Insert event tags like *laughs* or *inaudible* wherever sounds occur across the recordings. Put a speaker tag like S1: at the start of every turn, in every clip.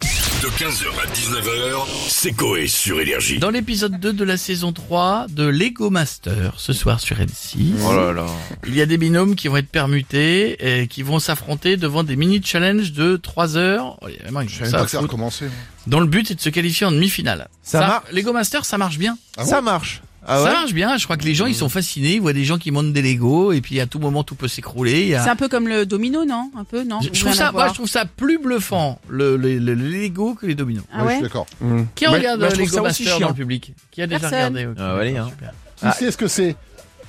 S1: De 15h à 19h, c'est Coé sur Énergie.
S2: Dans l'épisode 2 de la saison 3 de Lego Master, ce soir sur M6,
S3: Oh là là.
S2: il y a des binômes qui vont être permutés et qui vont s'affronter devant des mini-challenges de 3 heures. Oh, il y a vraiment que
S4: Je savais
S2: ça
S4: pas
S2: à
S4: que ça
S2: foutre.
S4: recommençait.
S2: Dont le but est de se qualifier en demi-finale.
S3: Ça marche
S2: Lego Master, ça marche bien.
S4: Ah
S3: ça marche. Ah
S2: ça
S3: ouais
S2: marche bien. Je crois que les gens, ils sont fascinés. Ils voient des gens qui montent des Lego et puis à tout moment, tout peut s'écrouler. Il y a-
S5: C'est un peu comme le domino, non Un peu, non
S2: Ah. Je, je trouve
S5: Rien à
S2: ça, moi,
S5: voir.
S2: je trouve ça plus bluffant, le, le- le- le Lego que les dominos.
S5: Ah
S4: Je
S5: ouais
S4: suis d'accord.
S2: Qui
S3: Moi,
S2: regarde
S3: moi, Bah, je
S2: euh,
S3: trouve
S2: Lego
S3: ça aussi
S2: Master dans
S3: chiant.
S2: le public Qui a déjà
S5: Personne.
S2: regardé ok,
S3: Ah, allez, hein.
S2: super.
S4: Qui
S3: Ah.
S4: sait ce que c'est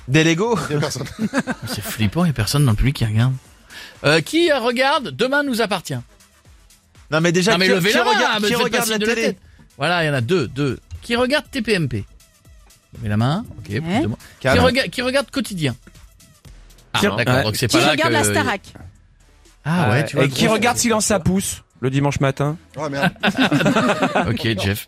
S3: Des Lego
S4: Il y a personne.
S2: C'est flippant, il n'y a personne dans le public qui regarde. Euh, qui euh, regarde Demain nous appartient.
S3: Non mais déjà,
S2: non mais
S3: qui,
S2: levez
S3: qui
S2: la main,
S3: regarde,
S2: hein, me
S3: qui
S2: faites pas
S3: regarde
S2: signe
S3: la
S2: de
S3: télé
S2: tête. Voilà, il y en a deux, deux. Qui regarde TPMP Levez la main. Ok. plus de moi. Qui,
S3: Carrément.
S2: rega- qui regarde quotidien Ah,
S3: Qui-
S2: d'accord.
S3: ouais.
S2: Donc c'est
S5: Qui
S2: pas là
S5: regarde
S2: que-
S5: la Starac
S2: Ah ouais, tu vois.
S3: Et qui regarde Silence à pouce le dimanche matin
S4: Oh merde.
S2: Ok, Jeff.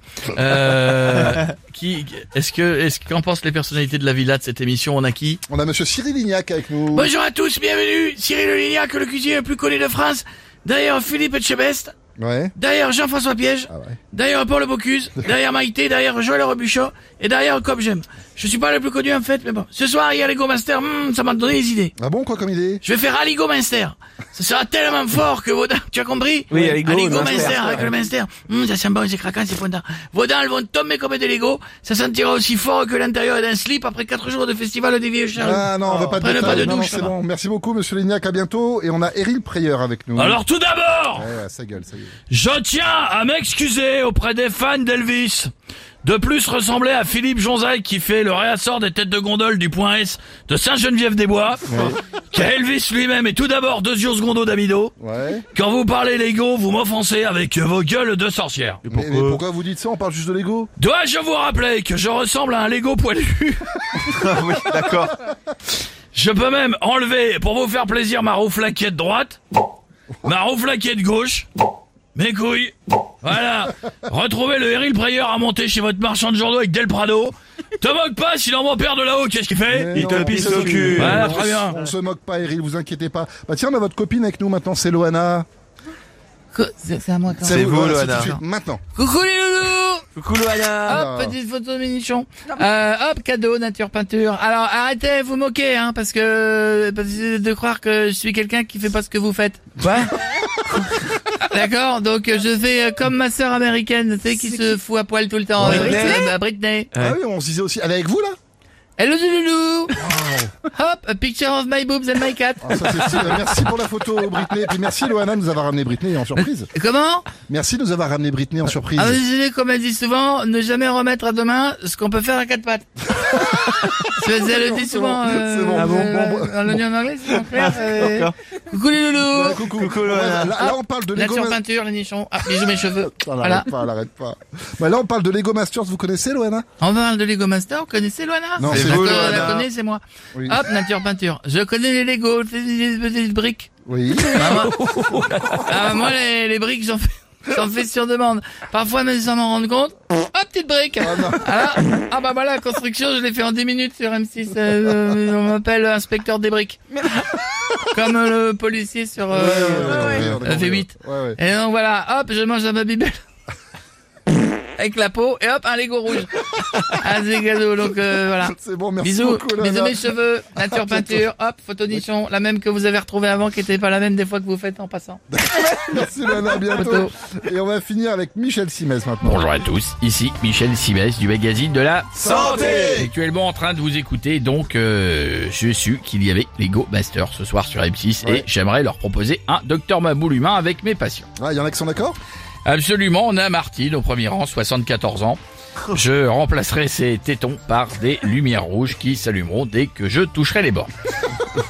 S2: Euh, qui Est-ce que est-ce qu'en pensent les personnalités de la villa de cette émission On a qui
S4: On a monsieur Cyril Lignac avec nous.
S2: Bonjour à tous, bienvenue. Cyril Lignac, le cuisinier le plus connu de France. D'ailleurs, Philippe Etchebest.
S4: Ouais.
S2: D'ailleurs, Jean-François Piège.
S4: Ah ouais.
S2: Derrière Paul Bocuse, derrière Maïté, derrière Joël Robuchon et derrière Comme J'aime. Je suis pas le plus connu en fait, mais bon. Ce soir, il y a Lego Master, hmm, ça m'a donné des idées.
S4: Ah bon, quoi comme idée
S2: Je vais faire Aligo Master. Ça sera tellement fort que vos dents, tu as compris
S3: Oui, Aligo, Minster.
S2: Minster, avec le Master. Hmm, ça sent bon, c'est craquant, c'est pointant. Vos dents, elles vont tomber comme des Lego. Ça sentira aussi fort que l'intérieur d'un slip après quatre jours de festival des vieux charles.
S4: Ah non, on va pas de
S2: Prenez
S4: détails.
S2: pas de
S4: Non, non,
S2: douche,
S4: c'est
S2: ça va.
S4: bon. Merci beaucoup monsieur Lignac, à bientôt. Et on a Eril Preyer avec nous.
S2: Alors tout d'abord,
S4: Ouais, ouais, ça gueule, ça gueule.
S2: Je tiens à m'excuser auprès des fans d'Elvis. De plus, ressembler à Philippe Jonzaille qui fait le réassort des têtes de gondole du point S de Saint-Geneviève-des-Bois, qu'à Elvis lui-même et tout d'abord deux yeux secondo d'Amido.
S4: Ouais.
S2: Quand vous parlez Lego, vous m'offensez avec vos gueules de sorcière.
S4: Mais- mais, pourquoi vous dites ça On parle juste de Lego
S2: Dois-je vous rappeler que je ressemble à un Lego poilu
S3: Ah oui, d'accord.
S2: Je peux même enlever, pour vous faire plaisir, ma rouflaquette droite, ma rouflaquette gauche, mes couilles. Voilà. Retrouvez le Eril Prayer à monter chez votre marchand de journaux avec Del Prado. Te moque pas, sinon mon père de là-haut, qu'est-ce qu'il fait
S4: Mais
S3: il te
S4: non, on
S3: pisse
S4: se-
S3: au cul.
S2: Voilà,
S4: on
S2: Ah, très
S4: se-
S2: bien.
S4: On se moque pas, Eril, vous inquiétez pas. Bah tiens, on a votre copine avec nous maintenant, c'est Loana.
S2: C'est à moi quand
S3: C'est vous,
S4: voilà, Ah, c'est
S3: Loana.
S4: tout de suite, Maintenant.
S2: Coucou les loulous
S3: Coucou Loana.
S2: Hop,
S4: Alors.
S2: petite photo de Minichon. Euh, hop, cadeau, nature, peinture. Alors arrêtez, vous moquez, hein, parce que parce que de croire que je suis quelqu'un qui fait pas ce que vous faites. Quoi *laughs* D'accord, donc euh, je fais euh, comme ma sœur américaine, tu sais, qui se fout à poil tout le temps.
S3: Britney
S2: Euh, bah, Britney.
S4: Ah oui, on se disait aussi. Elle est avec vous là
S2: Hello Zouloulou Hop, a picture of my boobs and my cat.
S4: Ah, ça, c'est stylé. Merci pour la photo, Britney. Et puis merci, Loana, de nous avoir ramené Britney en surprise.
S2: Comment
S4: Merci de nous avoir ramené Britney en surprise.
S2: Alors, désolé, comme elle dit souvent, ne jamais remettre à demain ce qu'on peut faire à quatre
S4: *laughs*
S2: pattes. C'est ce qu'elle le dit
S4: C'est
S2: souvent.
S4: bon,
S2: euh,
S4: c'est bon. Ah bon, bon,
S2: euh,
S4: bon. Ah,
S2: En l'oignon en anglais, c'est en clair. euh, Ah, Coucou les loulous.
S4: Ouais, coucou.
S3: Coucou,
S4: Ouais,
S2: Euh,
S3: Loana.
S4: là, là, on parle de Lego
S2: Nature
S4: Ma-
S2: peinture, les nichons. Ah, bisous mes cheveux.
S4: Putain,
S2: Voilà.
S4: l'arrête pas, elle arrête pas. Bah, là, on parle de Lego Masters. Vous connaissez, Loana
S2: On parle de Lego Master, vous connaissez Loana
S4: Non,
S2: Parce
S4: c'est
S2: que
S3: vous,
S2: La
S3: Loana.
S2: connaissez, c'est moi.
S4: Oui.
S2: Hop, nature peinture. Je connais les Lego, les petites petites briques.
S4: Oui.
S2: Ah, moi- Ah, moi, les, les briques, j'en fais, j'en fais sur demande. Parfois, même sans m'en rendre compte, hop, petite brique. Ah, ah, bah voilà, la construction, je l'ai fait en 10 minutes sur M6. euh, on m'appelle inspecteur des
S4: *laughs*
S2: briques. Comme euh, le policier sur... euh, Euh, V8.
S4: Ouais, ouais.
S2: Et donc voilà, hop, je mange un
S4: *laughs*
S2: Babybel. Avec la peau, et hop, un Lego rouge. Ah, c'est cadeau, donc euh, voilà.
S4: C'est bon, merci
S2: Bisous,
S4: beaucoup, Loana.
S2: bisous mes cheveux, nature peinture, hop, photo nichon, la même que vous avez retrouvée avant, qui était pas la même des fois que vous faites en passant.
S4: Merci, Loana, à bientôt.
S2: Photo.
S4: Et on va finir avec Michel Simès maintenant.
S2: Bonjour à tous, ici Michel Simès du magazine de la
S3: Santé
S2: Actuellement en train de vous écouter, donc euh, je suis qu'il y avait Lego Master ce soir sur M6 et
S4: Ouais.
S2: j'aimerais leur proposer un Docteur Maboul humain avec mes patients.
S4: Ah, il y en a qui sont d'accord
S2: Absolument, on a Martine au premier rang, 74
S4: *laughs*
S2: ans. Je remplacerai ses tétons par des lumières rouges qui s'allumeront dès que je toucherai les
S4: *laughs*
S2: bords.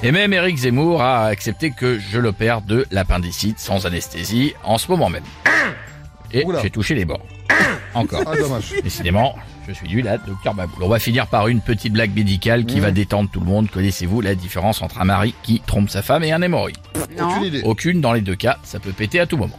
S2: Et même Eric Zemmour a accepté que je l'opère de l'appendicite sans anesthésie en ce moment même. Et
S4: Oula.
S2: j'ai touché les bords. Encore.
S4: Ah, dommage.
S2: Décidément, je suis du là, docteur Baboul. On va finir par une petite blague médicale qui va détendre tout le monde. Connaissez-vous la différence entre un mari qui trompe sa femme et un hémorroïde
S5: Non.
S4: Aucune idée.
S2: Aucune dans les deux cas, ça peut péter à tout moment.